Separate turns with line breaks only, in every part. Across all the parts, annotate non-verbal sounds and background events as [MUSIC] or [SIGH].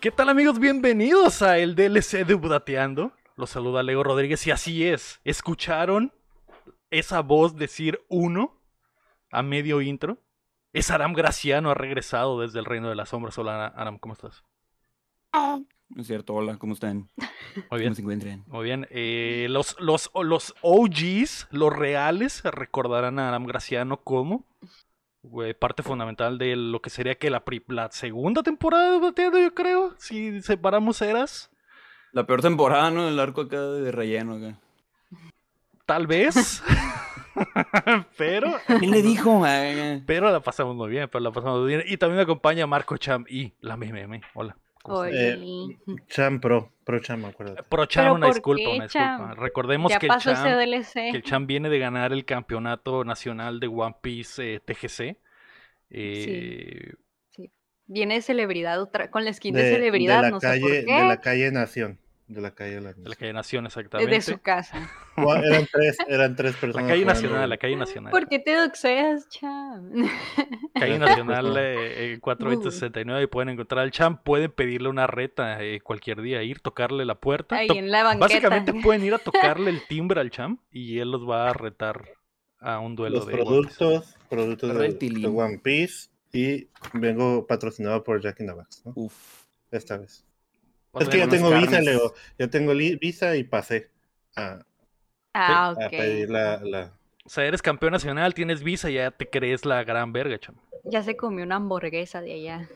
¿Qué tal amigos? Bienvenidos a el DLC de Budateando. Los saluda Lego Rodríguez y así es. ¿Escucharon esa voz decir uno a medio intro? Es Aram Graciano, ha regresado desde el Reino de las Sombras. Hola Aram, ¿cómo estás?
No es cierto, hola, ¿cómo están?
Muy
¿Cómo
bien.
se encuentran?
Muy bien. Eh, los, los, los OGs, los reales, recordarán a Aram Graciano como güey, parte fundamental de lo que sería que la, pri- la segunda temporada de Budateando, yo creo. Si separamos eras.
La peor temporada, ¿no? El arco acá de relleno acá.
Tal vez. [LAUGHS] pero,
¿Quién le dijo? Ay, ay.
pero la pasamos muy bien, pero la pasamos muy bien. Y también me acompaña Marco Cham y la MMM. Hola. ¿cómo estás?
Oye,
Cham Pro, Pro Cham, acuérdate.
Pro Cham, una
¿por
disculpa,
qué,
una disculpa.
Cham?
Recordemos
ya
que el,
pasó ese
Cham, que
DLC.
el Cham viene de ganar el campeonato nacional de One Piece eh, TGC. Eh,
Viene de celebridad otra, con la skin de,
De-
celebridad,
de la
no
calle,
sé por qué.
De la calle Nación. De la calle de la
De la
Nación.
calle Nación, exactamente.
Desde su casa.
Gua-
[LAUGHS]
Eran tres, eran tres
La
personas.
calle
jugando.
Nacional, la calle Nacional.
¿Por qué te doxeas, Cham? [LAUGHS]
Calle
Ajá.
Nacional eh, eh,
Uh.
42069 y pueden encontrar al champ, pueden pedirle una reta eh, cualquier día, ir, tocarle la puerta.
Ahí
to-
en la banqueta. [LAUGHS]
Básicamente pueden ir a tocarle el timbre al champ y él los va a retar a un duelo
Los
de golpes.
productos, productos
Pero
de,
el tilín.
de One Piece. Y vengo patrocinado por Jack in the Box, ¿no?
Uf.
Esta vez.
Vas
Es
a
que ya
tener
tengo
unas
visa,
carnes.
Leo. Ya tengo li- visa y pasé a,
Ah,
a
ok.
pedir la, la-
O sea, eres campeón nacional, tienes visa, ya te crees la gran verga, champ.
Ya se comió una hamburguesa de allá.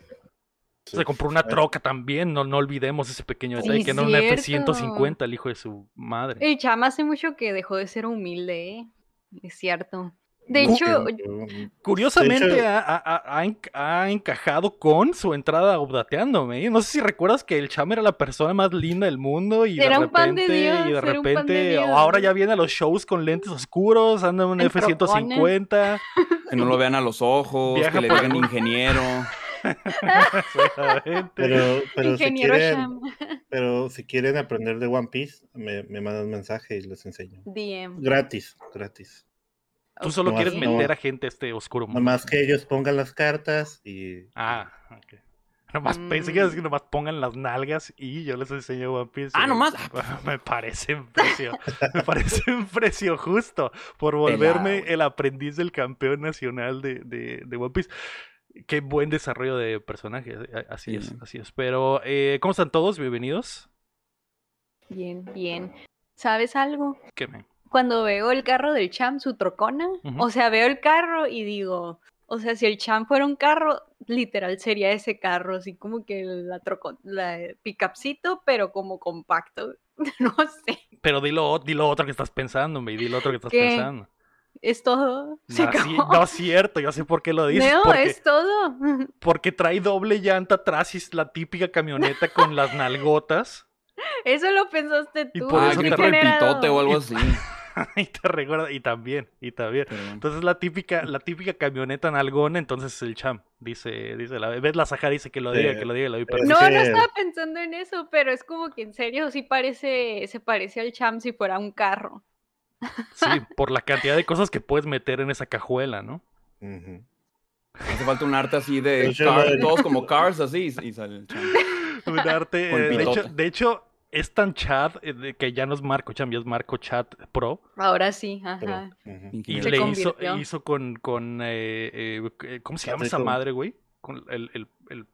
Se compró una troca también, no, no olvidemos ese pequeño
Sí,
detalle, que era una
cierto.
F-150, el hijo de su madre.
El Cham hace mucho que dejó de ser humilde, ¿eh? Es cierto. De
Ujú.
hecho,
Curiosamente
De hecho-
ha, ha- ha- ha enc- ha encajado con su entrada a obdateándome. ¿eh? No sé si recuerdas que el Cham era la persona más linda del mundo y
Era
de
un pan de
repente, y de
Dios, era un pan de
repente
Dios.
ahora ya viene a los shows con lentes oscuros, anda en un
En
F-150.
[LAUGHS]
Que no lo vean a los ojos,
Viaja
que le
por
digan
algún-
ingeniero.
Exactamente.
Pero, pero si
ingeniero
quieren,
Cham.
pero si quieren aprender de One Piece, me, me mandan un mensaje y les enseño.
DM.
Gratis, gratis.
Tú solo
No,
quieres
así no.
meter a gente a este oscuro mundo.
Nomás que ellos pongan las cartas y
Ah, ok. Nomás
Mm.
pensé que ibas a decir, nomás pongan las nalgas y yo les enseño One Piece.
Ah, nomás.
[LAUGHS] Me parece un precio.
[LAUGHS]
me parece un precio justo por volverme
Pelado.
el aprendiz del campeón nacional de, de, de One Piece. Qué buen desarrollo de personaje. eh, a- Así
Sí.
es, así es. Pero, eh, ¿cómo están todos? Bienvenidos.
Bien, bien. ¿Sabes algo?
¿Qué me?
cuando veo el carro del champ, su trocona,
Ujú.
o sea, veo el carro y digo, o sea, si el champ fuera un carro, literal sería ese carro, así como que la trocona, la eh, picapcito, pero como compacto, [LAUGHS] no sé,
Pero dilo, dilo otro que estás pensando, me dilo otro que estás
¿Qué?
pensando.
es todo, se
No, Ah, sí-
acabó.
no es cierto, yo sé por qué lo dices.
No,
porque-
es todo. [LAUGHS]
Porque trae doble llanta atrás y es la típica camioneta con las nalgotas. [LAUGHS]
Eso lo pensaste
Y
tú.
por
ah,
eso
que
te
por el
degenerado.
pitote o algo así.
Y te recuerda. Y también, y también.
Perdón.
Entonces la típica, la típica camioneta nalgona, entonces el cham. Dice, dice la ves la Sahara dice que lo diga,
Eh,
que lo diga, lo diga.
es
Pero
No, no
que-
estaba pensando en eso, pero es como que en serio sí parece, se parece al champ si fuera un carro.
sí, por la cantidad de cosas que puedes meter en esa cajuela, ¿no?
Ujú.
Hace falta un arte así de
Yo
car-
lo-
todos como cars así y sale el chavo.
Un arte,
Con
eh, de,
pitote.
hecho, de hecho, es tan chat eh, de que ya no es Marco Cham, ya es Marco Chat Pro.
Ahora sí,
Pero,
ajá.
ujú.
Y
Ingeniero.
Se
le hizo,
convirtió.
hizo con, con eh, eh, eh, ¿cómo se llama esa
Patrick.
madre, güey? Con el- el- el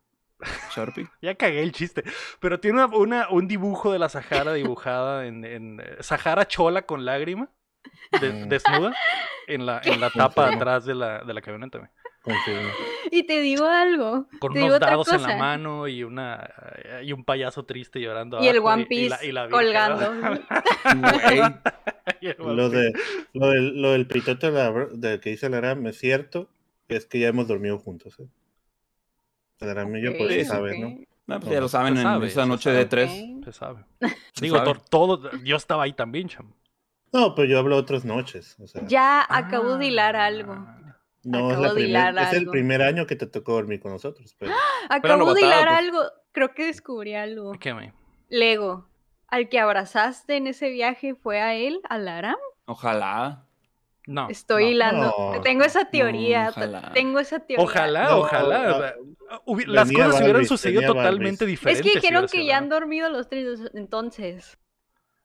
Sharpie.
Ya cagué el chiste. Pero tiene una, una- un dibujo de la Sahara dibujada en. en, eh, Sahara chola con lágrima. de-
Mm.
desnuda. En la, en la tapa
Confirmo.
atrás de la, de la camioneta. güey. [LAUGHS]
Confirmo.
Y te digo algo.
Con
te digo
unos
otra
dados en la
cosa.
mano y una eh, y un payaso triste llorando.
Y el
abajo
One Piece
la- y la Virgen,
colgando. [LAUGHS]
¿no?
Güey.
[LAUGHS] Y el One
Lo,
Piece.
de, lo, del, lo del pitote de la br- del que dice el Aram es cierto, es que ya hemos dormido juntos. ¿eh? El Aram y yo, pues
Ok,
se sabe, ¿no?
No, pues ya lo saben
Se
en
sabe,
esa
se
noche
sabe.
de tres.
Se sabe.
Se
Digo,
sabe.
to- todo. Yo estaba ahí también, chamo.
No, pero yo hablo otras noches. O sea,
Ya acabo de hilar algo.
Ah.
no es,
acabo
la
de
primer-
hilar
es el
algo. ¡Ah!
primer año que te tocó dormir con nosotros. Pero...
Acabo de
novatada,
hilar
pues.
algo. Creo que descubrí algo.
¿Qué me?
Lego, al que abrazaste en ese viaje fue a él, a Lara.
Ojalá.
No.
Estoy
no.
hilando.
No,
tengo esa teoría.
ojalá.
Tengo esa teoría.
Ojalá,
No,
ojalá. Hubi-
Venía
Las cosas
Barbies,
hubieran sucedido
venía Barbies.
totalmente
Es
diferentes.
que
si
dijeron
hubiera
que
sido
ya
Barbies.
han dormido los tres, entonces.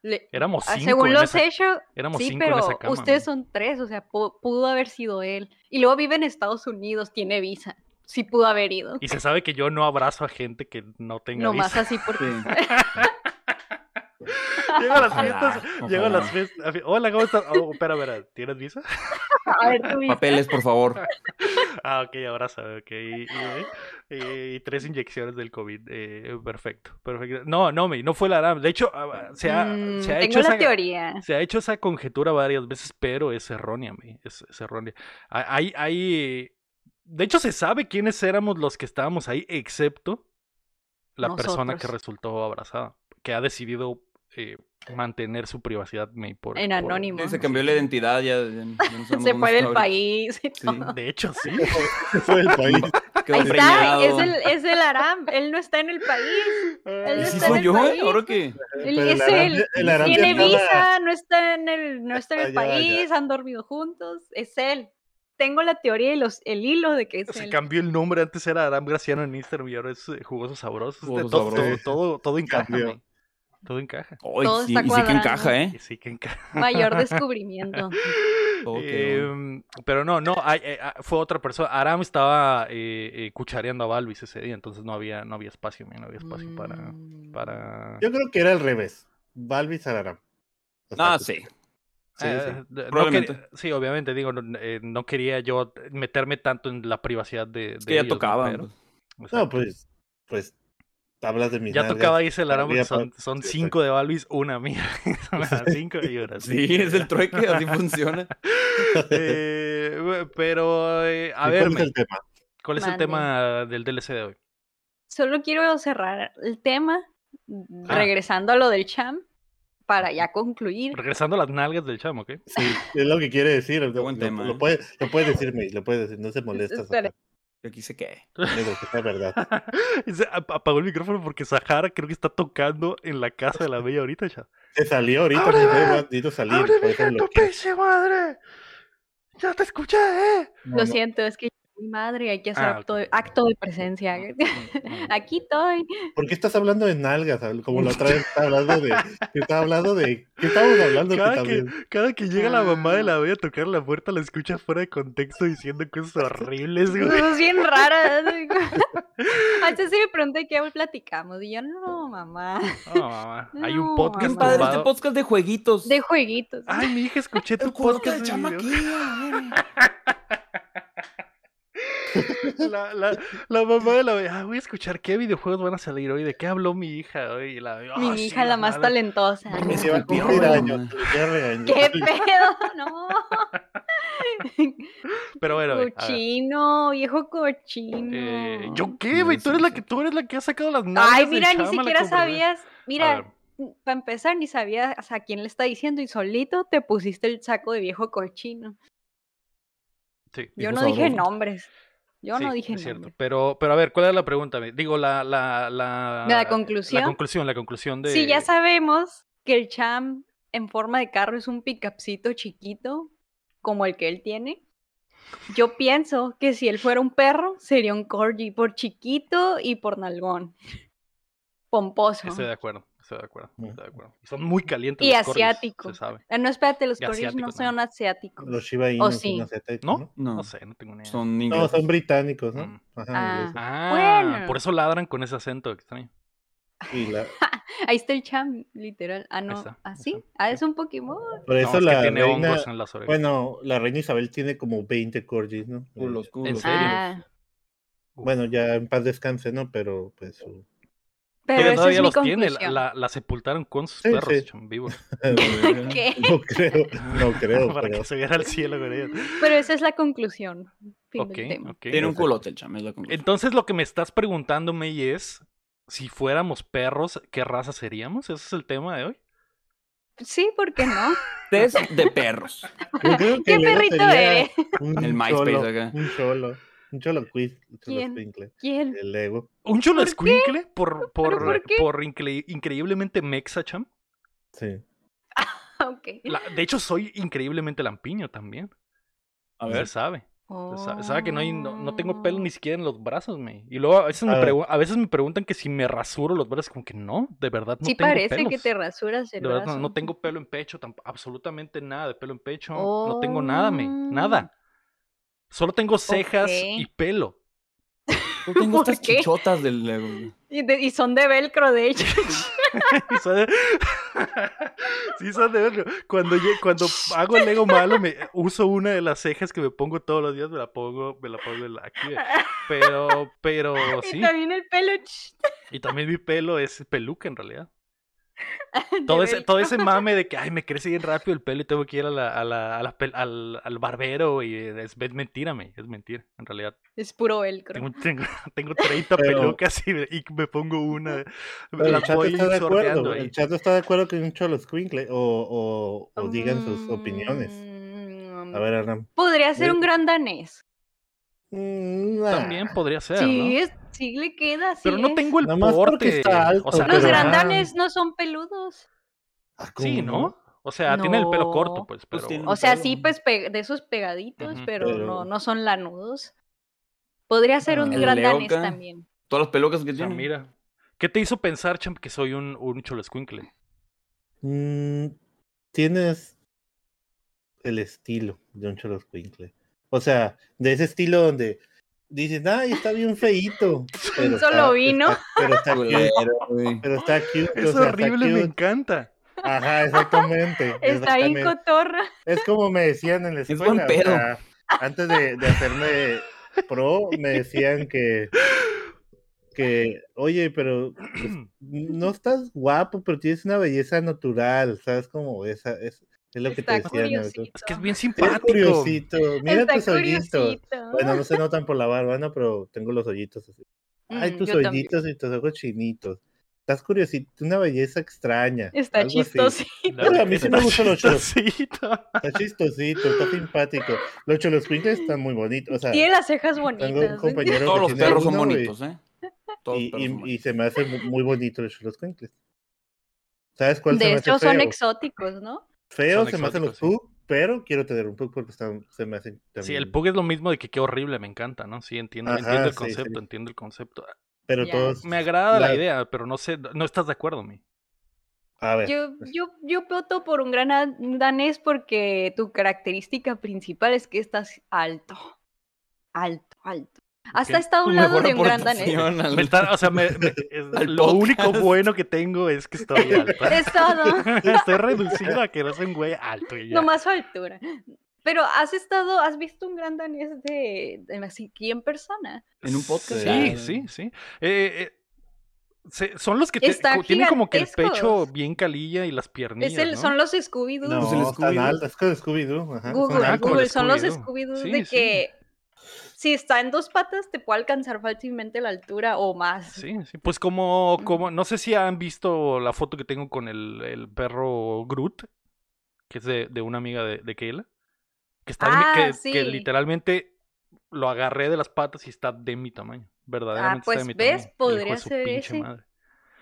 le-
Éramos
ah,
cinco.
según
en
los
esa-
hechos,
éramos
sí,
cinco en
pero
esa cama,
ustedes
¿no?
son tres, o sea, pu- pudo haber sido él. Y luego vive en Estados Unidos, tiene visa. Sí pudo haber ido.
Y se sabe que yo no abrazo a gente que no tenga
Nomás
visa.
así porque.
Sí.
[LAUGHS]
[LAUGHS]
Llego a las
Ojalá,
fiestas. Llego a
ojalá.
las fiestas. a fi- Hola, ¿cómo estás? Oh, espera, espera. ¿Tienes visa?
[LAUGHS]
[LAUGHS]
A ver, tú visa.
Papeles, por favor.
Ah, ok, abraza, ok. Y, y- y- y tres inyecciones del COVID. eh, perfecto, perfecto. No, no, mi, no fue la Aram. De hecho, ah, se ha,
Mm,
se ha
tengo
hecho
la
esa,
teoría.
se ha hecho esa conjetura varias veces, pero es errónea, mi, es, es errónea. Ha- Hay, hay, de hecho, se sabe quiénes éramos los que estábamos ahí, excepto la persona que
Nosotros.
resultó abrazada, que ha decidido eh, mantener su privacidad, mi, por,
En
por-
anónimo. [LAUGHS]
Sí, se cambió la identidad, ya, ya no- ya no sabemos
Se
dónde
fue
está
del
ahorita.
país. [LAUGHS] y todo.
De hecho, sí.
[LAUGHS] Fue el
[LAUGHS]
país.
Quedó
Ahí está, es
preñado.
el, es el Aram. Él no está en el país. Él
¿Y
no
si
está en
soy
el
yo, eh?
país.
Ahora que.
Él
Pero
es
Aram
él.
ya- el Aram ya
Tiene
andaba-
visa, no está en el, no está en el
Ya, ya.
país, han dormido juntos. Es él. Tengo la teoría y los, el hilo de que es
Se
él.
cambió el nombre, antes era Aram Graciano en Instagram y ahora es eh, Jugosos Sabrosos.
Jugosos
todo,
Sabrosos.
Todo, todo, todo encaja.
Cambió.
güey. Todo encaja.
Ay,
Todo
sí,
está
y sí que
cuadrando.
encaja,
Y
¿eh?
sí que encaja. [LAUGHS]
Mayor descubrimiento.
Oh,
Todo quedó.
Eh, pues,
Em, pero no, no, ay, eh, ah, fue otra persona. Aram estaba eh, eh, cuchareando a Balvis ese día, entonces no había, no había espacio, men, no había espacio Pues para,
Mm.
para.
Yo creo que era al revés. Balvis Alaram. O sea,
Ah,
pues,
No,
que-
sí.
sí,
Eh,
sí.
eh, no
Probablemente.
quer- sí, obviamente, digo, no, eh, no quería yo meterme tanto en la privacidad de.
Es
de
que ya
ellos, ¿no?
tocaba.
Pero-
pues.
No,
exacto.
pues, pues, hablas de mis
Ya
nalgas.
tocaba irse el
Habría
Aram porque son,
pa-
son
sí,
cinco de Balvis, una mía. [LAUGHS] Son las cinco y una.
Sí, es el trueque, así [LAUGHS] funciona.
[LAUGHS] Eh, bu- pero, eh, a
¿Y
ver,
¿Cuál es
men,
el tema?
¿cuál es el
Mande.
tema del DLC de hoy?
Solo quiero cerrar el tema, mm,
Ah.
regresando a lo del champ, para ya concluir.
Regresando a las nalgas del chamo, ¿ok?
Sí, es lo que quiere decir. Lo,
buen
lo-
tema,
lo
¿eh?
puede- lo puedes decir, Mitch, lo puedes decir. No se molestas.
Espera.
acá,
Yo aquí se qué.
Negro, que sea verdad.
[LAUGHS] Se ap- Apagó el micrófono porque Sahara creo que está tocando en la casa de [LAUGHS] la bella ahorita, ya.
Se salió ahorita.
¡Ábreme!
mi bebé, maldito salir. por eso lo quiero.
madre! ¡Ya te escuché, eh!
No,
Lo
no.
siento, es que mi madre hay que hacer
Ah,
acto,
ok.
de, acto de presencia. [LAUGHS] Aquí
[LAUGHS]
estoy.
¿Por qué estás hablando de nalgas? Abel? Como la otra vez estaba hablando de. que estaba hablando de. ¿Qué estábamos hablando?
Cada
que
que,
también-
cada que llega la mamá de
Ah.
la bella a tocar la puerta, la escucha fuera de contexto diciendo cosas horribles, güey.
Cosas bien raras. [LAUGHS] Hasta se me pregunté qué platicamos. Y yo,
[LAUGHS]
no, mamá.
No, mamá. Hay un
No,
podcast
Qué
Mamá.
padre este
tumbado.
podcast de jueguitos.
De jueguitos.
Ay, mi hija, escuché tu
El juego de
podcast. de video.
chamaquilla.
La, la, la mamá de la bebé, ah, voy a escuchar qué videojuegos van a salir hoy, de qué habló mi hija hoy. Y la, "Ah,
mi
sí,
hija, la más
madre".
talentosa.
que
[LAUGHS]
Brr.
se va a
escupió,
cumplir
mamá.
años, que ya regañó.
¿Qué pedo? [LAUGHS] No.
[LAUGHS] Pero bueno, güey, a ver.
cochino, viejo cochino.
Eh, ¿Yo qué, güey?
Sí,
Tú eres la
sí,
que tú eres la que ha sacado las nalgas.
Ay,
del
mira, ni
Chama a la
siquiera
conversación.
sabías.
A
Mira,
ver,
para empezar, ni sabías a quién le está diciendo y solito te pusiste el saco de viejo cochino.
sí.
Yo
Viejo
no dije
sabroso.
nombres. Yo
Sí,
no dije
es cierto.
nombres.
Pero, pero a ver, ¿cuál es la pregunta? güey? Digo, la, la, la,
¿La conclusión?
La conclusión, la conclusión de.
Sí, ya sabemos que el cham en forma de carro es un pickupcito chiquito, como el que él tiene. Yo pienso que si él fuera un perro, sería un corgi por chiquito y por nalgón. Pomposo.
Estoy de acuerdo, estoy de acuerdo,
Ujú.
estoy de acuerdo. Son muy calientes.
Y
los corgis,
asiático.
Se sabe.
Ah, No, espérate, los
Y
corgis no
asiáticos
son asiáticos.
Los Shiba Inus,
Oh, sí.
unos etcétera,
¿No?
No,
No sé, no tengo ni idea.
son
No,
ingleses.
Mm. son británicos, ¿no?
Mm.
Ajá, ingleses.
Ah,
Bueno.
por eso ladran con ese acento extraño.
Y
[LAUGHS]
la-
Ahí está el cham, literal. Ah, no.
está, ahí
¿Así?
está,
Ah,
sí.
es un Pokémon.
No,
Por eso
es que
la
tiene
reina.
hongos en las orejas.
Bueno, la reina Isabel tiene como 20 corgis, ¿no?
Culos, culos.
serio?
Ah,
Uf.
Bueno, ya en paz descanse, ¿no? Pero pues su-
Pero
pero esa
todavía
es mi
los tiene,
conclusión.
la, la- la sepultaron con sus
Sí,
perros
sí.
chon, vivos.
[LAUGHS] ¿Qué?
[LAUGHS] no creo, no
[LAUGHS]
creo,
[LAUGHS] para
pero
que se viera al cielo con ellos.
Pero esa es la conclusión. Fin
Ok,
del tema.
ok.
Tiene un
Perfecto.
culote el chame, es la conclusión.
Entonces lo que me estás preguntando, May, es si fuéramos perros, ¿qué raza seríamos? Ese es el tema de hoy.
Sí, ¿por qué no?
Test de perros.
yo creo que
¿Qué
Leo
perrito
sería
eres? [LAUGHS]
Un
El MySpace
cholo,
acá.
Un cholo, un cholo quiz, un cholo
¿Quién?
escuincle,
¿Quién? [LAUGHS]
el ego.
¿Un chulo
¿Por qué?
escuincle por, por,
por qué?
por incre- increíblemente mexa, cham?
Sí.
ok.
La- de hecho, soy increíblemente lampiño también.
A
No
ver.
Se sabe. Se sa- sabe, que no, hay, no, no tengo pelo
Oh.
ni siquiera en los brazos, me. Y luego a veces, me
A ver.
pregu- a veces me preguntan que si me rasuro los brazos. Como que no, de verdad no
Oh. sí
tengo
parece que
pelos.
te rasuras el
De verdad, no,
brazo.
no tengo pelo en pecho, tamp- absolutamente nada de pelo en pecho. No tengo nada, me. Nada. Solo tengo cejas y pelo. [LAUGHS]
Yo tengo
¿Por
estas
qué?
chichotas del Lego. güey.
Y, de- y son de velcro, de
[LAUGHS]
hecho.
Y son- [LAUGHS] sí, son de verlo. Cuando, lle- cuando hago el Lego malo, me uso una de las cejas que me pongo todos los días, me la pongo, me la pongo en la- aquí. ve. Pero, pero Pues sí.
[LAUGHS] Y también el pelo. ch, [LAUGHS]
Y también mi pelo es peluca en realidad.
de
Todo ese,
velcro.
todo ese mame de que, ay, me crece bien rápido el pelo y tengo que ir a la, a la- a la pel- al, al barbero y es, es mentira, me, es mentira. En realidad,
Es puro velcro.
tengo, tengo, [LAUGHS] tengo 30
Pero-
pelucas y, y me pongo una.
Pero
la
el chat
voy
está de
sorteando
acuerdo.
ahí.
El chat está de acuerdo que es un cholo squinkle o, o, o digan sus opiniones.
Mm,
A ver, Aram.
Podría ser
Ve-
un gran danés.
Mm, nah.
También podría ser, ¿no?
Sí, es- sí le queda así.
Pero no
es.
tengo el
Nada más porque
porte.
está alto,
o sea,
Ah, Los
pero-
grandanes no son peludos.
Ah, ¿cómo
Sí, ¿no? O sea, tiene el pelo corto,
No.
pues,
Pues
pero
tiene-
O sea,
Pelo.
sí, pues pe- de esos pegaditos,
Ujú.
pero,
Pero-
no, no son lanudos. Podría ser un
Ah.
gran
El
danés
Leoca.
también.
Todas las pelucas que
o sea,
tiene.
mira. ¿Qué te hizo pensar, Champ, que soy un, un cholescuincle?
Mm, tienes el estilo de un cholo squinkle. O sea, de ese estilo donde dices, ay, está bien
[LAUGHS]
feíto. Pero
solo
está-
vino.
está- pero está cute.
Culero, güey.
Pero está cute. o
Es
sea, está
horrible, me [CLEARS THROAT]
cute.
encanta.
Ajá, exactamente.
[LAUGHS] [LAUGHS] Está ahí
exactamente.
cotorra.
Es como me decían en la
Es
escuela.
buen
o
pedo.
sea, antes de, de hacerme pro, me decían que, que, oye, pero pues, no estás guapo, pero tienes una belleza natural, ¿sabes? Como esa, es, es lo que
Está
te decían. ¿no? Tú,
curiosito.
Es que es bien
Eres
simpático.
curiosito, mira
Está
tus hoyitos.
curiosito.
Bueno, no se notan por la barba, ¿no? Pero tengo los hoyitos así. Ay,
Mm,
tus
yo también.
hoyitos y tus ojos chinitos. Estás curiosito, una belleza extraña.
Está
algo así.
chistoso. [LAUGHS]
Pero a mí sí me
[LAUGHS]
gustan los cholos.
chistosito.
Está chistosito, está simpático. Los cholos cuincles están muy bonitos. O sea,
Tiene ¿eh? las cejas
tengo un
bonitas. [LAUGHS]
compañero que
Todos los
tiene
perros son
uno, güey,
bonitos, ¿eh? Todos los
Y,
perros son
y, y
bonitos.
se me hace mu- muy bonito los cholos cuincles. ¿Sabes cuál se
De
me
hecho,
hace feo?
son exóticos, ¿no?
Feo
Son
se me hacen los
exóticos, sí.
pug, pero quiero tener un pug porque están, se me hacen también.
Sí, el pug es lo mismo de que qué horrible, me encanta, ¿no? Sí, entiendo,
Ajá,
entiendo el
sí,
concepto,
sí.
entiendo el concepto.
Pero
Ya.
todos.
Me agrada la
La-
idea, pero no sé, no estás de acuerdo, mi. [LAUGHS]
A ver.
Yo, yo, yo voto por un gran a- danés porque tu característica principal es que estás alto. Alto, alto. Hasta
Ok.
está a un lado de un gran [LAUGHS] danés.
aportación al-
Me está- o sea, me- me-
[LAUGHS]
es-
Al
lo único
podcast.
bueno que tengo es que estoy
[LAUGHS]
alto.
Es todo.
Estoy reducido a que eres un güey alto y [LAUGHS] ya.
Nomás su altura. Pero has estado, has visto un gran danés de, de así que en persona.
En un podcast.
Sí,
Claro.
sí, sí. Eh, eh, se- son los que te-
Están
co- tienen como que el pecho
gigantescos.
bien calilla y las piernas.
Es el, Son los scooby
No,
Pues el
están
Scooby-Doo.
altas. Es con Scooby-Doo. ajá, son
Google,
Ah,
altas.
como el
Google, son los
Scooby-Doo.
Scooby-Doo
Sí,
de
sí.
que si está en dos patas te puede alcanzar fácilmente la altura o más.
Sí, sí. Pues como, como, no sé si han visto la foto que tengo con el, el perro Groot, que es de, de una amiga de, de Kayla, que está de mi-
Ah,
que, que
sí.
literalmente lo agarré de las patas y está de mi tamaño. Verdaderamente está
pues,
de mi
¿ves?
tamaño. el hijo de
Podría
su
ser
pinche
ese.
madre.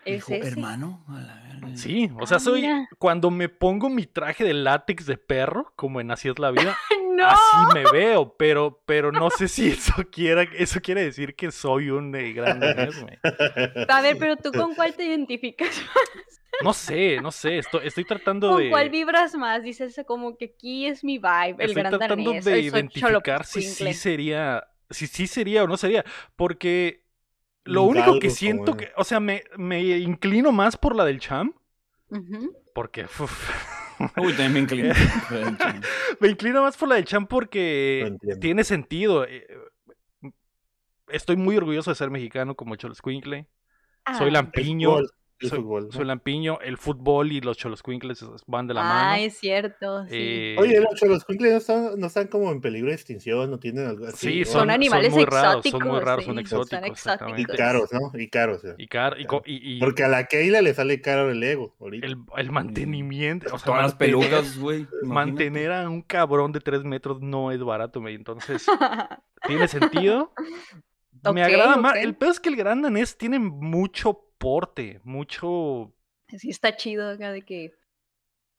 Es
Dijo,
ese.
hermano. A la verga.
Sí, o
Ah,
sea, soy
mira.
cuando me pongo mi traje de látex de perro, como en Así es la vida,
[LAUGHS] [LAUGHS] No.
así me veo, pero, pero no sé si eso quiera, eso quiere decir que soy un eh, gran danés, güey.
A ver, pero tú con cuál te
[LAUGHS]
identificas,
No sé, no sé, estoy, estoy tratando
con
de.
cuál vibras más, dices como que aquí es mi vibe, el
Estoy
gran
tratando
danés,
de
el soy
identificar si sí
cholopincle.
sería, si sí sería o no sería, porque lo
Un
único que
galgo,
siento
como
que,
es.
o sea, me, me inclino más por la del Cham,
Ujú.
porque uf, [LAUGHS]
Uy, también me [LAUGHS] incliné.
me inclino más por la del Cham porque
Lo entiendo.
tiene sentido. eh, Estoy muy orgulloso de ser mexicano como Choloscuincle. Soy
Ah.
[LAUGHS] El
lampiño,
fútbol, el
soy-
fútbol, ¿no?
soy lampiño, el fútbol y los Choloscuincles van de la
Ah,
mano.
es cierto, sí. [LAUGHS]
Eh,
Oye, los cholos no están, no están como en peligro de extinción, no tienen algo así.
Sí,
¿no?
son,
Son animales
muy raros, son muy
exóticos,
raros, son
sí,
exóticos.
son
Y
exactamente.
exóticos.
caros, ¿no? Y caros. ¿no?
Y, car- y co- y- y
Porque a la Keila le sale caro el ego. Ahorita.
el, el mantenimiento. O sea,
Todas las
mantener-
pelucas, güey. imagínate.
Mantener a un cabrón de 3 metros no es barato, güey. Entonces, tiene sentido. Me
Ok,
agrada más.
ok.
El peor es que el gran danés tiene mucho porte, mucho.
Sí está chido acá de que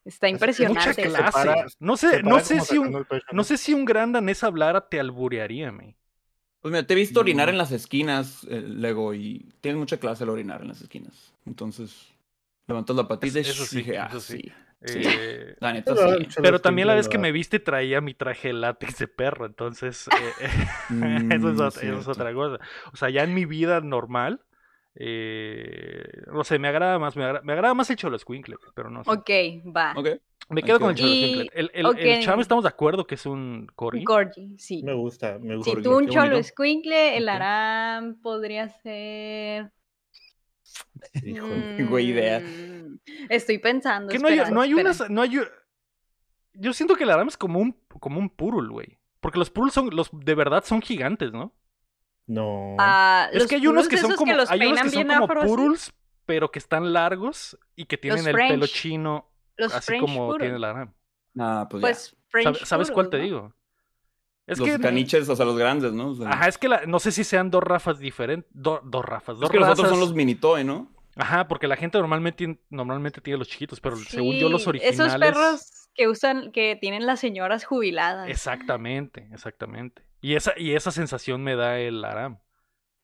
Está
Pues, Mucha
impresionante.
cla-
clase.
para-
No sé, no sé si un, no sé si un gran danés hablara te alburearía, me.
Pues mira, te he visto orinar
Mm.
en las esquinas, eh, Lego, y tienes mucha clase al orinar en las esquinas. Entonces, levantas la patita
Es-
y
eso sí,
dije, ah,
eso sí.
sí.
Eh,
[LAUGHS] La neta, sí.
pero también la vez que me viste traía mi traje de látex de perro, entonces eh,
Mm,
eso, es ot- eso es
cierto.
otra cosa. O sea, ya en mi vida normal, eh, no sé, me agrada más, me agrada, me agrada más el cholo pero no sé.
Ok, va.
Ok.
Me quedo con el
ok.
cholo
Y-
El, el, el
ok.
chavo estamos de acuerdo que es un Cory.
Corgi, sí.
Me gusta, me gusta.
Si
Corgi,
tú un
qué
cholo
bonito.
escuincle, el
Ok.
Aram podría ser.
Híjole, güey, idea.
Mm, Estoy pensando.
Que no hay,
espera,
no hay
espera.
unas, no hay. Yo siento que el Aram es como un, como un purul, güey. Porque los purul son, los de verdad son gigantes, ¿no?
No.
Ah,
Es
los
que hay unos
puros
que son
esos
como,
los
hay unos
peinan
que son
bien
como
afro así,
puruls, pero que están largos y que tienen el pelo
French.
chino,
Los
así
French
como
poodle.
tiene el Aram.
Ah, pues, ya.
Pues French
¿Sabes, sabes cuál te
poodle, ¿no?
digo? Es
los
que.
caniches, o sea, los grandes, ¿no? O sea,
Ajá, es que la- no sé si sean dos rafas diferentes. dos rafas,
es
dos
que los otros son
razas.
los minitoy, ¿no?
Ajá, porque la gente normalmente, tien- normalmente tiene los chiquitos, pero según yo los
Sí,
originales.
Esos perros que usan, que tienen las señoras jubiladas.
Exactamente, exactamente. Y esa, y esa sensación me da el Aram.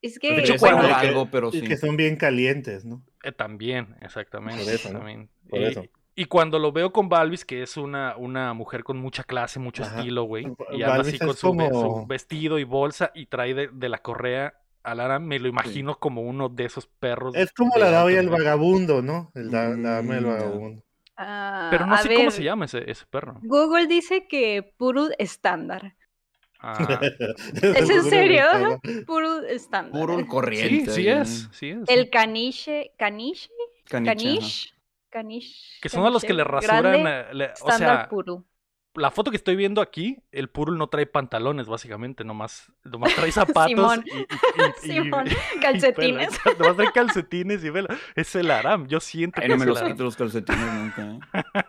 Es
De
que.
De hecho,
ese
cuadra
güey
bueno,
que-
algo, pero
Y
sí.
que son bien calientes, ¿no?
Eh, también, exactamente.
Por eso, ¿no?
exactamente.
Por
y,
eso.
y cuando lo veo con Balvis, que es una, una mujer con mucha clase, mucho
Ajá.
estilo, güey.
Ba-
Y anda así
Balvis
con
es
su, ve- su
como-
vestido y bolsa y trae de, de la correa al Aram, me lo imagino como uno de esos perros.
Es como
de
la
alto
dama y el
nivel.
vagabundo, ¿no? El da- la dama y el
Mm, ya.
vagabundo.
ah,
Pero no
a
sé cómo
ver,
se llama ese, ese perro.
Google dice que Purul estándar.
[LAUGHS]
Ah,
¿Es en
Seguro
serio?
me estaba-
Purul estándar.
Puro
sí,
corriente.
sí
ahí,
es,
¿no?
sí es.
El caniche. ¿Caniche?
Caniche, ajá.
¿Caniche? ¿Caniche?
Que son a los que le
caniche,
rasuran.
grande,
eh, le- o
Estándar
sea,
Purul.
la foto que estoy viendo aquí, el Purul no trae pantalones, básicamente, nomás, nomás trae
[LAUGHS]
zapatos
Simón.
y, y- [LAUGHS] y- y-
Simón,
y pela,
calcetines.
exacto, nomás trae calcetines y vela. Es el Aram, yo siento
Ay,
que
no
es
me
el
los
Aram.
quito los calcetines nunca, ¿eh?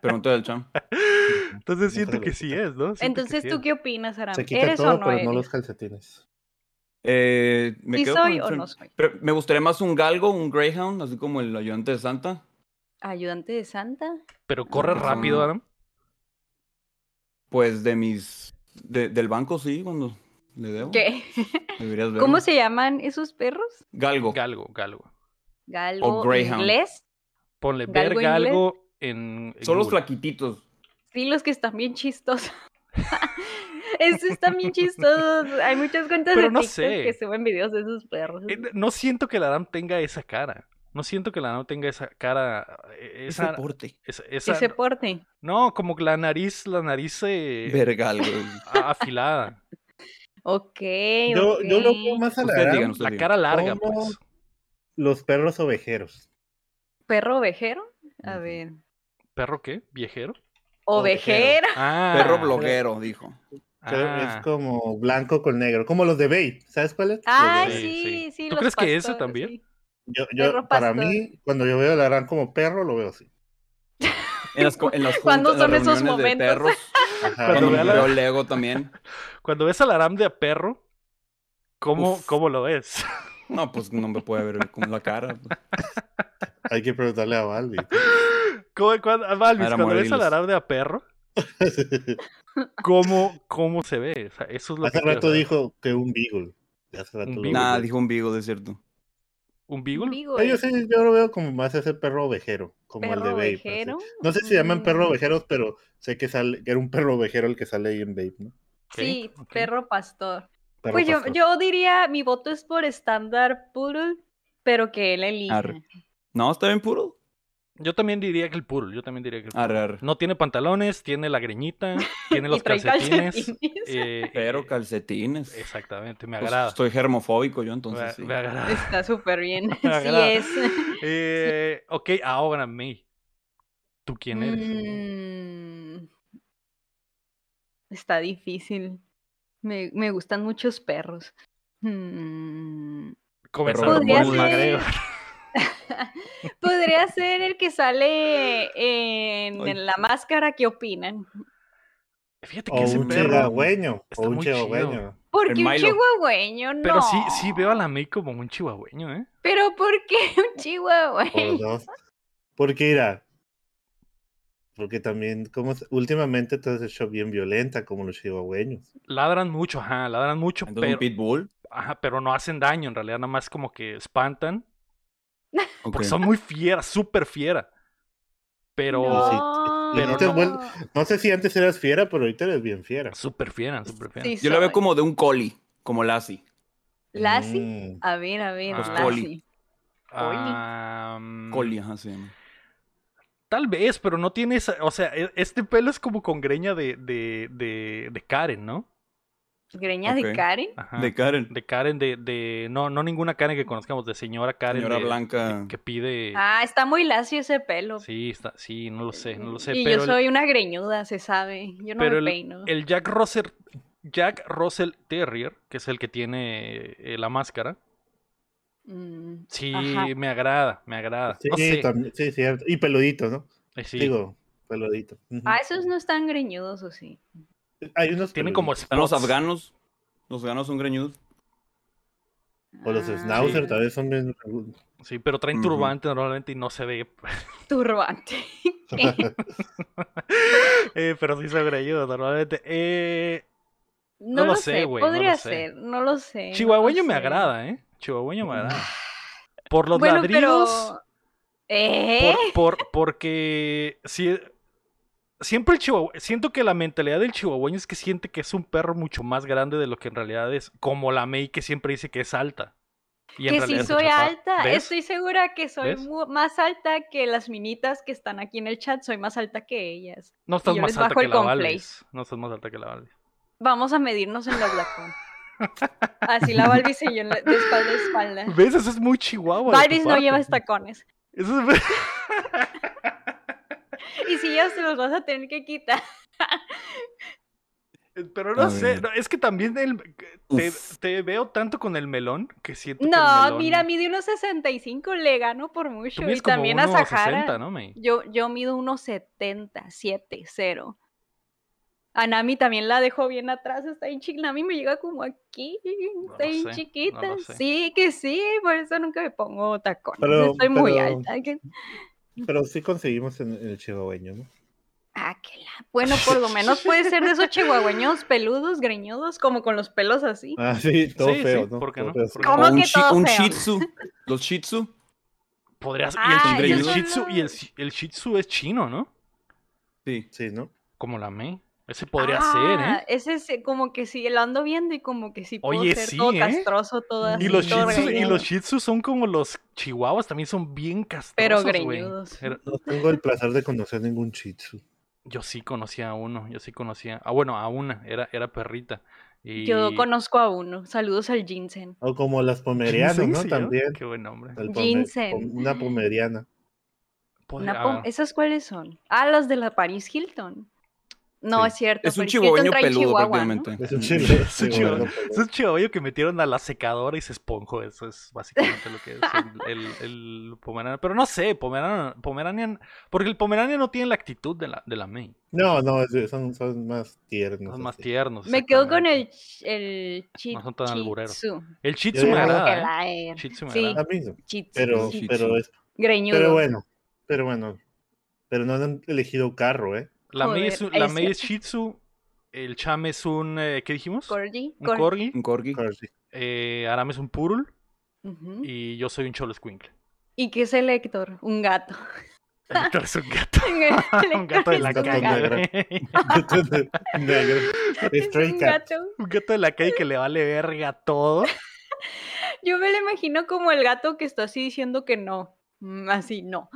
Pregunta del cham.
Entonces
No
siento
traigo
que sí
puta.
es, ¿no? Siento que
Entonces,
sí
¿tú
es.
qué opinas, Aram?
Se quita
¿Eres
todo,
o no
pero
eres?
no los calcetines.
Eh, me
¿Sí
quedo con
soy
el
o
Trump.
no soy?
Pero me gustaría más un galgo, un greyhound, así como el ayudante de Santa.
¿Ayudante de Santa?
Pero corre
Ajá.
rápido, Aram.
Pues de mis. de- del banco, sí, cuando le debo.
¿Qué?
Deberías verlo.
¿Cómo se llaman esos perros?
Galgo.
Galgo, galgo.
Galgo
Greyhound.
inglés.
Ponle
¿Galgo
ver
inglés?
galgo en. en
Son los
Google.
flaquititos.
Sí, los que están bien chistosos. [LAUGHS] esos están bien chistosos. Hay muchas cuentas
Pero
de
no
TikTok
sé.
que suben videos de esos perros.
Eh, No siento que el Aram tenga esa cara. No siento que el Aram tenga esa cara. eh,
Es
Esa,
deporte.
esa,
Que
esa-
se porten.
no, como que la nariz, la nariz eh, [LAUGHS]
Vergalgo.
a- afilada.
Ok,
Yo, yo lo veo
ok.
más a la
Ustedes
Aram,
digan, ustedes
La
digan.
cara larga,
¿Cómo?
pues.
los perros ovejeros.
¿Perro ovejero? A
Ujú.
ver.
¿Perro qué? ¿Viejero?
¿Ovejera?
Ah,
Perro bloguero, dijo.
Creo-
ah.
Es como blanco con negro, como los de Bait, ¿sabes cuál es?
Ah,
Los de Bait.
Sí,
sí,
sí.
sí.
¿Tú
los
crees que ese
pastores,
también?
sí.
Yo, yo-
perro
para
pastor.
mí, cuando yo veo a la Aram como perro, lo veo así.
En las, co- en las
¿Cuándo
juntas, en las
son esos
reuniones de
momentos?
perros.
[LAUGHS]
Ajá.
Cuando
Cuando
vea la-
veo Lego también.
Cuando ves al Aram de a perro, ¿cómo,
Uf.
¿cómo lo ves? [LAUGHS]
No, pues no me puede ver con la cara. pues.
Hay que preguntarle a Balbi. [LAUGHS]
¿Cómo, cuando, ah, Malvis,
Ahora
cuando ves al
muévelos.
Aram de a perro, ¿cómo, cómo se ve? O sea, eso es lo
Hace
que quiero
rato
saber.
dijo que un beagle. Hace rato
Un
lo
beagle.
vi.
Nada, dijo un Vigo, de cierto.
¿Un beagle?
Beagle,
No, Ah, yo, sí, yo lo veo como más ese perro ovejero, como el de
perro
Babe.
ovejero.
así. No sé si se llaman perro
Mm,
ovejeros, pero sé que sale, que era un perro ovejero el que sale ahí en Babe, ¿no?
Ok,
Sí,
ok.
perro pastor.
Perro
Pues yo,
pastor.
yo diría, mi voto es por estándar poodle, pero que él elija.
Arre. No, está bien puro.
Yo también diría que el poodle, yo también diría que el poodle.
Arre, arre.
No tiene pantalones, tiene la greñita,
[LAUGHS]
tiene
Y
los
trae
calcetines.
calcetines. [LAUGHS]
eh, eh,
Pero calcetines.
Exactamente, me
Pues,
agrada.
Estoy germofóbico yo,
me,
entonces sí.
me agrada.
[LAUGHS] Está súper bien.
[LAUGHS] Me
sí
agrada.
es. [LAUGHS]
Eh, ok, ahora May. ¿Tú quién eres?
Mm, Está difícil. Me, me gustan muchos perros. Mm,
Comenzando por
Podría
el
ser-
magreo.
[LAUGHS] Podría ser el que sale en,
Ay.
en la máscara, ¿qué opinan?
Fíjate que
O
ese
un
perro.
chihuahueño.
está
O un
muy chido.
chihuahueño.
Porque un
Milo.
chihuahueño no.
Pero sí, sí veo a la May como un chihuahueño, ¿eh?
[LAUGHS] Pero ¿por qué un chihuahueño?
O dos. Porque mira, Porque también, como es- últimamente te has hecho bien violenta, como los chihuahueños.
Ladran mucho, ajá, ladran mucho, pero,
Entonces, un pitbull.
ajá, pero no hacen daño, en realidad nada más como que espantan,
Ok.
porque son muy fieras, súper fieras.
[LAUGHS]
Pero
No.
pero
no.
te
vuel- No sé si antes eras fiera, pero ahorita eres bien fiera.
súper fieras, súper fieras.
Sí
Yo la veo
soy.
como de un collie, como Lassie.
Lassie.
Mm.
A ver, a ver,
Los
coli.
Lassie.
Am,
Collie, ajá, se llama.
Tal vez, pero no tiene esa. O sea, e- este pelo es como con greña de, de, de, de Karen, ¿no?
Greña
Ok.
de Karen.
Ajá.
De Karen.
De Karen, de, de- No, no ninguna Karen que conozcamos, de señora Karen.
Señora
de-
Blanca.
Que, que pide.
Ah, está muy lacio ese pelo.
Sí, está, sí, no lo sé, no lo sé.
Y
pero
yo
el-
soy una greñuda, se sabe. Yo no
pero el-
me peino.
el, Jack Russell. Jack Russell Terrier, que es el que tiene eh, la máscara.
Mm,
Sí,
Ajá.
me agrada, me agrada.
Sí,
no sé.
también- sí, cierto. Y peludito, ¿no?
eh, Ah, sí,
Digo, peludito. Ujú.
Ah, esos no están greñudos, o sí.
Hay unos
tienen como
peluditos.
Están los
spots.
afganos. Los afganos son greñudos.
O los
Ah,
schnauzer
Sí.
también
[LAUGHS]
son bien. [LAUGHS]
Sí, pero traen
Ujú.
turbante normalmente y no se ve. [LAUGHS]
[LAUGHS]
Turbante. [LAUGHS]
Eh, pero sí se greñudo normalmente. Eh,
no,
lo
lo
sé,
sé,
güey, no lo
podría
sé.
ser, no lo sé. Eh, no lo
chihuahueño me
sé.
agrada, ¿eh? Chihuahueño
Mm.
me agrada. Por los
Bueno,
ladridos.
pero... ¿Eh?
por- por- porque si, siempre el chihuahua, siento que la mentalidad del chihuahueño es que siente que es un perro mucho más grande de lo que en realidad es, como la May que siempre dice que es alta. Y en
Que
realidad
sí
es
soy
chaparra.
alta,
¿Ves?
estoy segura que soy
¿Ves?
mu- más alta que las minitas que están aquí en el chat, soy más alta que ellas.
No estás
y yo
más
les
alta
bajo
que
el
la
cornflakes.
Valvis. No estás más alta que la Valvis.
Vamos a medirnos en la Blackcomb. Así la Balvis y yo en la- de espalda a espalda.
¿Ves? Eso es muy chihuahua. de tu
Balvis no
parte.
lleva tacones.
Eso [LAUGHS] es-
Y si ya se los vas a tener
[LAUGHS]
que quitar.
eh, Pero no
A
sé,
ver.
no, es que también el- te,
Uf.
te veo tanto con el melón que siento que el
No,
melón-
mira, mide unos 65, le gano por
Tú
mucho.
mides
Y
como
también a Sahara.
1.60, ¿no, May?
Yo, yo mido unos 70, 7, 0. A Nami también la dejo bien atrás, está bien chiquita. Nami me llega como aquí,
lo
está bien
sé, no lo
chiquita.
sé.
Sí, que sí, por eso nunca me pongo tacones.
Pero-
Estoy muy
pero-
alta. que-
Pero sí conseguimos en, en el chihuahueño, ¿no?
Ah, que la- Bueno, por lo menos puede ser de esos chihuahueños peludos, greñudos, como con los pelos así.
Ah, sí, todo
Sí, sí,
feo, ¿no?
¿por qué
Todo
no?
feo, sí.
¿Por qué
¿Cómo
O un,
que todo
un
feo?
shih
[LAUGHS]
tzu. Los shih tzu.
Podrías.
Ah,
y el,
esos
y el shih tzu,
son
y el,
los-
shi- el shih tzu es chino, ¿no?
Sí.
Sí, ¿no?
Como la May. Ese podría
Ah,
ser, ¿eh?
Ese es como que sí, lo ando viendo y como que sí puedo
Oye,
ser
sí,
todo
¿eh?
castroso, todo así,
Y los,
todo
shih tzus, y
greñudo.
los shih tzus son como los chihuahuas, también son bien
Pero
castrosos, güey.
greñudos.
Era-
No tengo el placer de conocer ningún shih tzu.
Yo sí conocía a uno, yo sí conocía. Ah, bueno, a una, era, era perrita. Y...
Yo conozco a uno. Saludos al Jinsen.
O como las pomerianas,
Ginseng,
¿no?
sí, ¿eh?
También.
Qué buen nombre.
El
Ginseng.
pom- Una pomeriana.
Podría-
Una pom-
ah,
¿Esas cuáles son? Ah, las de la Paris Hilton. No,
Sí.
es cierto.
Es un
Paris Hilton
chihuahueño
trae
peludo
chihuahua, ¿no?
prácticamente.
Es un chile.
[LAUGHS] Es un chihuahua. Es un chihuahua que metieron a la secadora y se esponjó. Eso es básicamente lo que es el, el, el pomeranian. Pero no sé, pomeranian, pomeranian. Porque el pomeranian no tiene la actitud de la, de la May.
No, no, es- son, son más tiernos.
Son más
así.
tiernos.
Me quedo con
exactamente.
el, ch- el chi-
No son tan albureros.
chitsu.
El Shih
Yo
Tzu me
digo-
agrada. ¿eh?
Kelaer.
Shih Tzu me
Sí,
agrada.
A mí no,
chitsu.
Pero,
Sí,
pero,
sí.
es-
Greñudo.
pero bueno, pero bueno. Pero no han elegido carro, ¿eh?
La May es,
Joder,
un- la
es
May es
cierto.
Shih Tzu. El Cham es un. eh, ¿Qué dijimos?
Corgi.
Un
cor-
Corgi.
[LAUGHS] Un corgi.
Claro, sí. [LAUGHS]
eh, Aram es un Purul.
Ujú. ¿Y,
Y yo soy un Cholo
[LAUGHS]
Squinkle.
qué es el Héctor?
[LAUGHS]
Un gato. [LAUGHS]
es un gato.
El Héctor
un gato de
es
la
un
calle.
[LAUGHS] gato.
güey.
Negro.
[LAUGHS] Es
Stray
un
cat.
gato.
Un gato de la calle que le vale verga todo.
Yo me lo imagino como el gato que está así diciendo que no. Mm, Así, no.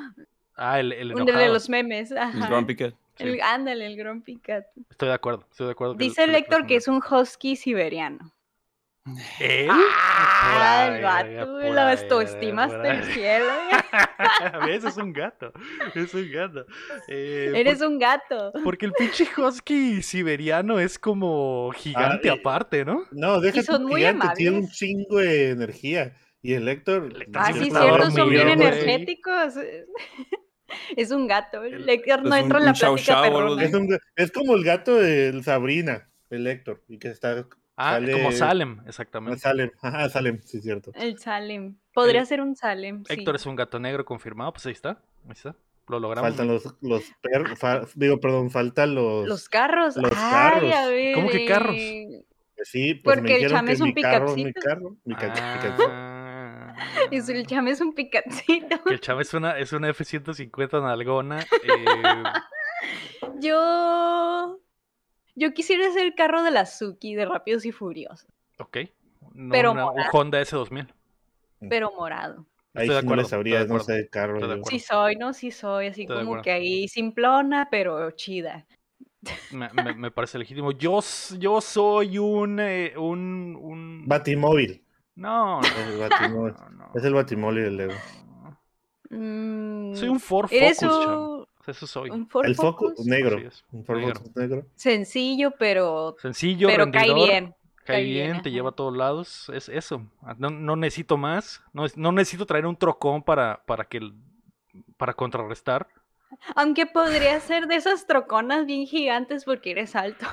Ah, el, el
Un de- de
enojado.
los memes.
El
Ajá.
grumpy cat.
Sí,
El- ándale, el Grumpy Cat.
Estoy de acuerdo, estoy de acuerdo. que-
Dice el
que-
Héctor que es un husky siberiano.
¿Él?
¡Ah!
Pura
El
verga,
vato,
pura
la autoestima
verga, [LAUGHS]
hasta el
pura
cielo.
verga. ¿Ves? Es un gato. Es un gato. Eh,
[LAUGHS] Eres un gato.
por- Porque el pinche husky siberiano es como gigante
Ah, y-
aparte, ¿no?
No, déjate
son muy
Tiene un
amables.
chingo de energía. Y el Héctor. pues,
El Héctor
Ah,
sí
sí,
está
cierto, son bien
dormido, güey.
energéticos. [LAUGHS] Es un gato.
El-
El Héctor no
es
entra
un-
en la
un chau
plática
chau o algo
perrona.
Es, un- es como el gato de Sabrina, el Héctor. Y que está.
Ah,
Sale-
como Salem, exactamente.
Salem. [LAUGHS] Ajá, Salem, sí, cierto.
El Salem. Podría
El-
ser un Salem. sí.
Héctor es un gato negro confirmado, pues ahí está. Ahí está. Lo logramos.
Faltan los, los perros, fa- digo, perdón, faltan los...
Los carros.
Los
Ay, a
carros.
ver,
¿Cómo que carros?
eh,
Sí, pues
Porque
me
el
dijeron
chame
que
es un
mi carro, mi
picapcito.
carro, mi ca- picapcito.
Ah.
Es el chame es un picacito.
Que el chame es una, es una F-150 nalgona.
[LAUGHS]
eh,
[LAUGHS] Yo. Yo quisiera ser el carro de la Suki de Rápidos y Furiosos,
ok. No
Pero
una- un
moral.
Honda S2000. Mm.
pero morado.
Ahí
Estoy de
sí no
acuerdo,
le sabría,
estoy de
no
acuerdo,
sé de carro.
estoy de
yo.
acuerdo.
Sí soy, ¿no? Sí soy, así
Estoy de
como
acuerdo.
que ahí simplona, pero chida.
Me, me- me parece legítimo. Yo, s- yo soy un, eh, un, un-
Batimóvil.
No, no,
Es el
no,
batimóvil.
no,
Es el batimóvil el Lego.
no.
Mm,
Soy un Ford
Eres
Focus, cham.
un,
Eso soy.
un Ford
El foco
Focus
negro.
Así es,
Un Ford
negro.
Focus negro. [LAUGHS]
Sencillo, pero,
Sencillo,
pero cae
rendidor,
bien.
cae
cae bien,
bien, te
ajá.
lleva a todos lados. Es eso. Ah, No, no necesito más. No, es- no necesito traer un trocón para, para que el- para contrarrestar.
Aunque podría ser de esas troconas bien gigantes porque eres alto.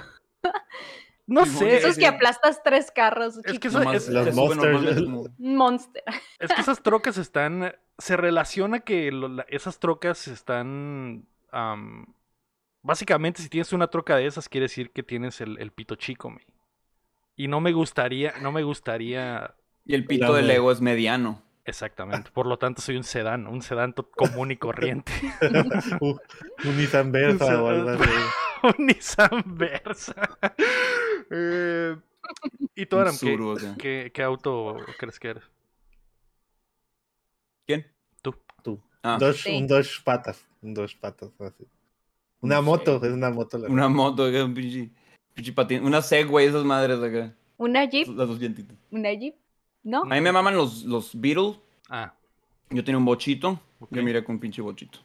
No
Sí,
sé.
oye,
Esos
Es,
sí.
que aplastas tres carros.
es que
chiquitos.
eso-
Nomás
es-
las
le
es-
sube
Monsters.
normalmente como-
Monster.
Es que esas trocas están. Se relaciona que lo- la- esas trocas están. am, básicamente, si tienes una troca de esas, quiere decir que tienes el, el pito chico, me. Y no me gustaría, no me gustaría
Y el
La
pito del
de-
Lego es mediano.
exactamente. Por lo tanto, soy un sedán, un sedán to- común y corriente.
Un un Nissan Versa o algo así.
un Nissan Versa. Eh, y tú,
Un
Aram, ¿qué,
Tsuru, o sea.
qué- qué auto crees que eres?
¿Quién?
Tú.
Tú.
Ah,
Dodge-
Sí.
Un Dodge patas. Un Dodge patas. Así. Una
No sé.
moto, es una moto. La
una moto, acá, un pinche, pinche patín. Una Segway, esas madres acá.
Una Jeep.
Las dos llantitas.
Una Jeep. ¿No?
A mí me maman los, los Beatles.
Ah,
Yo tenía un bochito.
ok.
Yo miré con un pinche bochito.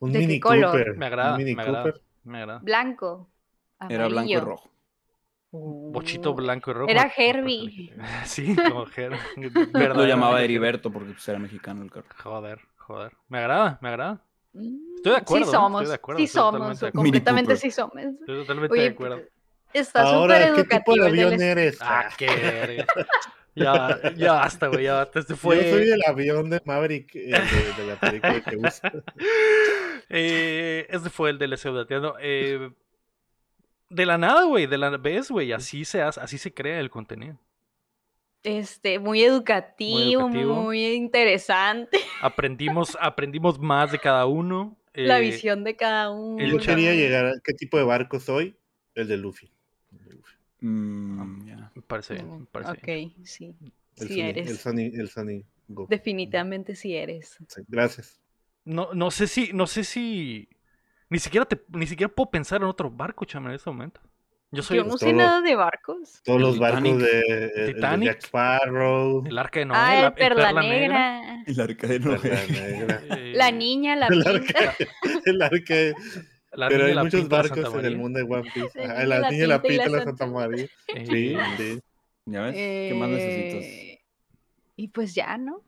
Un
¿De qué
Mini
color?
Cooper.
Me agrada,
Un Mini
me agrada.
Cooper.
me agrada.
Blanco.
Era blanco y
amarillo.
rojo.
Bochito
Uh,
blanco y rojo. [LAUGHS]
Era
me parece
Herbie.
legítimo. Sí, como
[LAUGHS]
Herbie.
Lo llamaba Heriberto porque pues, era mexicano el carro.
Joder, joder. Me agrada, me agrada.
mm,
Estoy de acuerdo,
Sí
¿eh?
somos.
Estoy de acuerdo,
Sí
estoy
somos.
totalmente de acuerdo.
Completamente
Mini
sí somos.
Estoy totalmente
Oye, pues,
de acuerdo.
está súper
Ahora, ¿qué tipo de
educativo. el del
avión
est-
eres?
Ah, qué verga. Ya, ya basta, güey, ya basta. Este
Yo soy
fue,
del avión de Maverick, eh, de, de la película que usa.
[LAUGHS] eh, este fue el DLC dateando. Eh, de la nada, güey, de la vez, güey, así se hace, así se crea el contenido.
Este, muy educativo, muy,
educativo.
interesante [LAUGHS]
Aprendimos, aprendimos más de cada uno.
la
eh,
visión de cada uno.
el
Yo quería llegar a qué tipo de barco soy, el de Luffy. El de Luffy.
[LAUGHS]
Mm, ya.
Me parece bien, me parece bien.
Ok, sí.
El
Sí
Sunny-
eres.
El Sunny, el Sunny Go.
Definitivamente sí eres.
Sí, Gracias.
No, no sé si, no sé si. Ni siquiera te, ni siquiera puedo pensar en otro barco, chama, en este momento. Yo soy
Yo no sé
todo-
nada de barcos.
Todos
El
los barcos
Titanic.
de, el- el de
Titanic.
Jack Sparrow,
el arca de Noé,
Ah,
la-
el Perla, negra.
El arca de
[LAUGHS] la
Noé.
[LAUGHS]
negra,
eh,
La niña, la
el
pinta.
arca, el arca-
la
Pero
niña y
hay
la
muchos
pinta de Santa
barcos en el
María,
mundo de One Piece.
La
Ah,
niña,
La
la
niña, la
pinta y
pinta,
la
la Santa
Santa-
María.
eh,
Sí, sí.
[LAUGHS] ¿Ya ves? ¿Qué más necesitas?
Eh, Y pues ya, ¿no?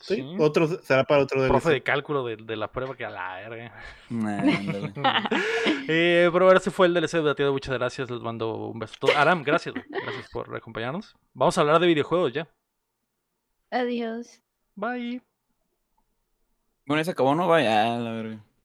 Sí,
sí.
Otro será para otro DLC.
Profe de cálculo de, de la prueba que a la verga.
Nah,
[LAUGHS]
ándale.
Eh, pero ahora se fue el DLC de Bateado. Muchas gracias. Les mando un beso. a todos. Aram, gracias. güey, Gracias por acompañarnos. Vamos a hablar de videojuegos ya.
Adiós.
Bye.
bueno, ya se acabó, ¿no? Vaya, la verga.